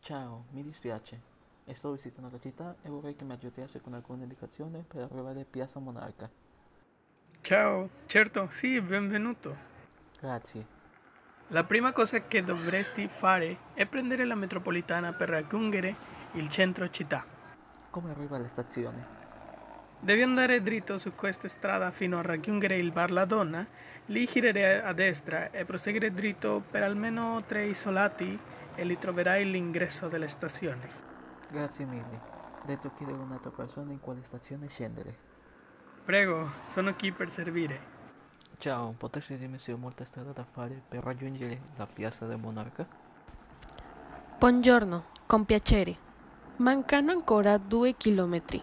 Ciao, mi dispiace. Sto visitando la città e vorrei che mi aiutasse con alcune indicazioni per arrivare a Piazza Monarca. Ciao, certo, sì, benvenuto. Grazie. La prima cosa che dovresti fare è prendere la metropolitana per raggiungere il centro città. Come arrivo alla stazione? Devi andare dritto su questa strada fino a raggiungere il bar La Donna, lì girare a destra e proseguire dritto per almeno tre isolati e lì troverai l'ingresso della stazione. Grazie mille. Detto chiedere a un'altra persona in quale stazione scendere. Prego, sono qui per servire. Ciao, potresti dirmi se ho molta strada da fare per raggiungere la Piazza del Monarca? Buongiorno, con piacere. Mancano ancora due chilometri.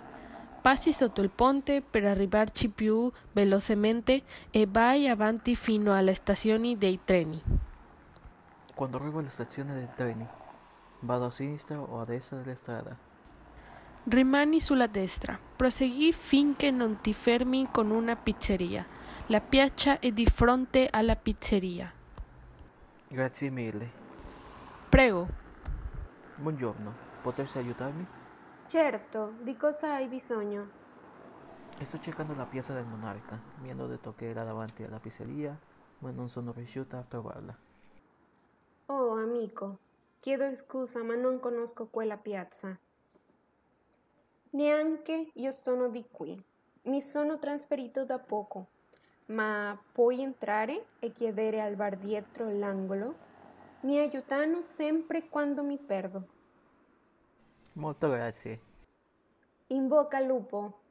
Passi sotto il ponte per arrivarci più velocemente e vai avanti fino alle stazioni dei treni. Quando arrivo alla stazione dei treni, vado a sinistra o a destra della strada? Rimani sulla destra, prosegui finché non ti fermi con una pizzeria. La piazza è di fronte alla pizzeria. Grazie mille. Prego, Buongiorno, potresti aiutarmi? Certo, di cosa hai bisogno? Sto cercando la Piazza del Monarca. Mi hanno detto che era davanti alla pizzeria, ma non sono riuscita a trovarla. Oh, amico, chiedo scusa ma non conosco quella piazza. Neanche io sono di qui. Mi sono trasferito da poco. Ma puoi entrare e chiedere al bar dietro l'angolo? Mi aiutano sempre quando mi perdo. Molto grazie. In bocca al lupo!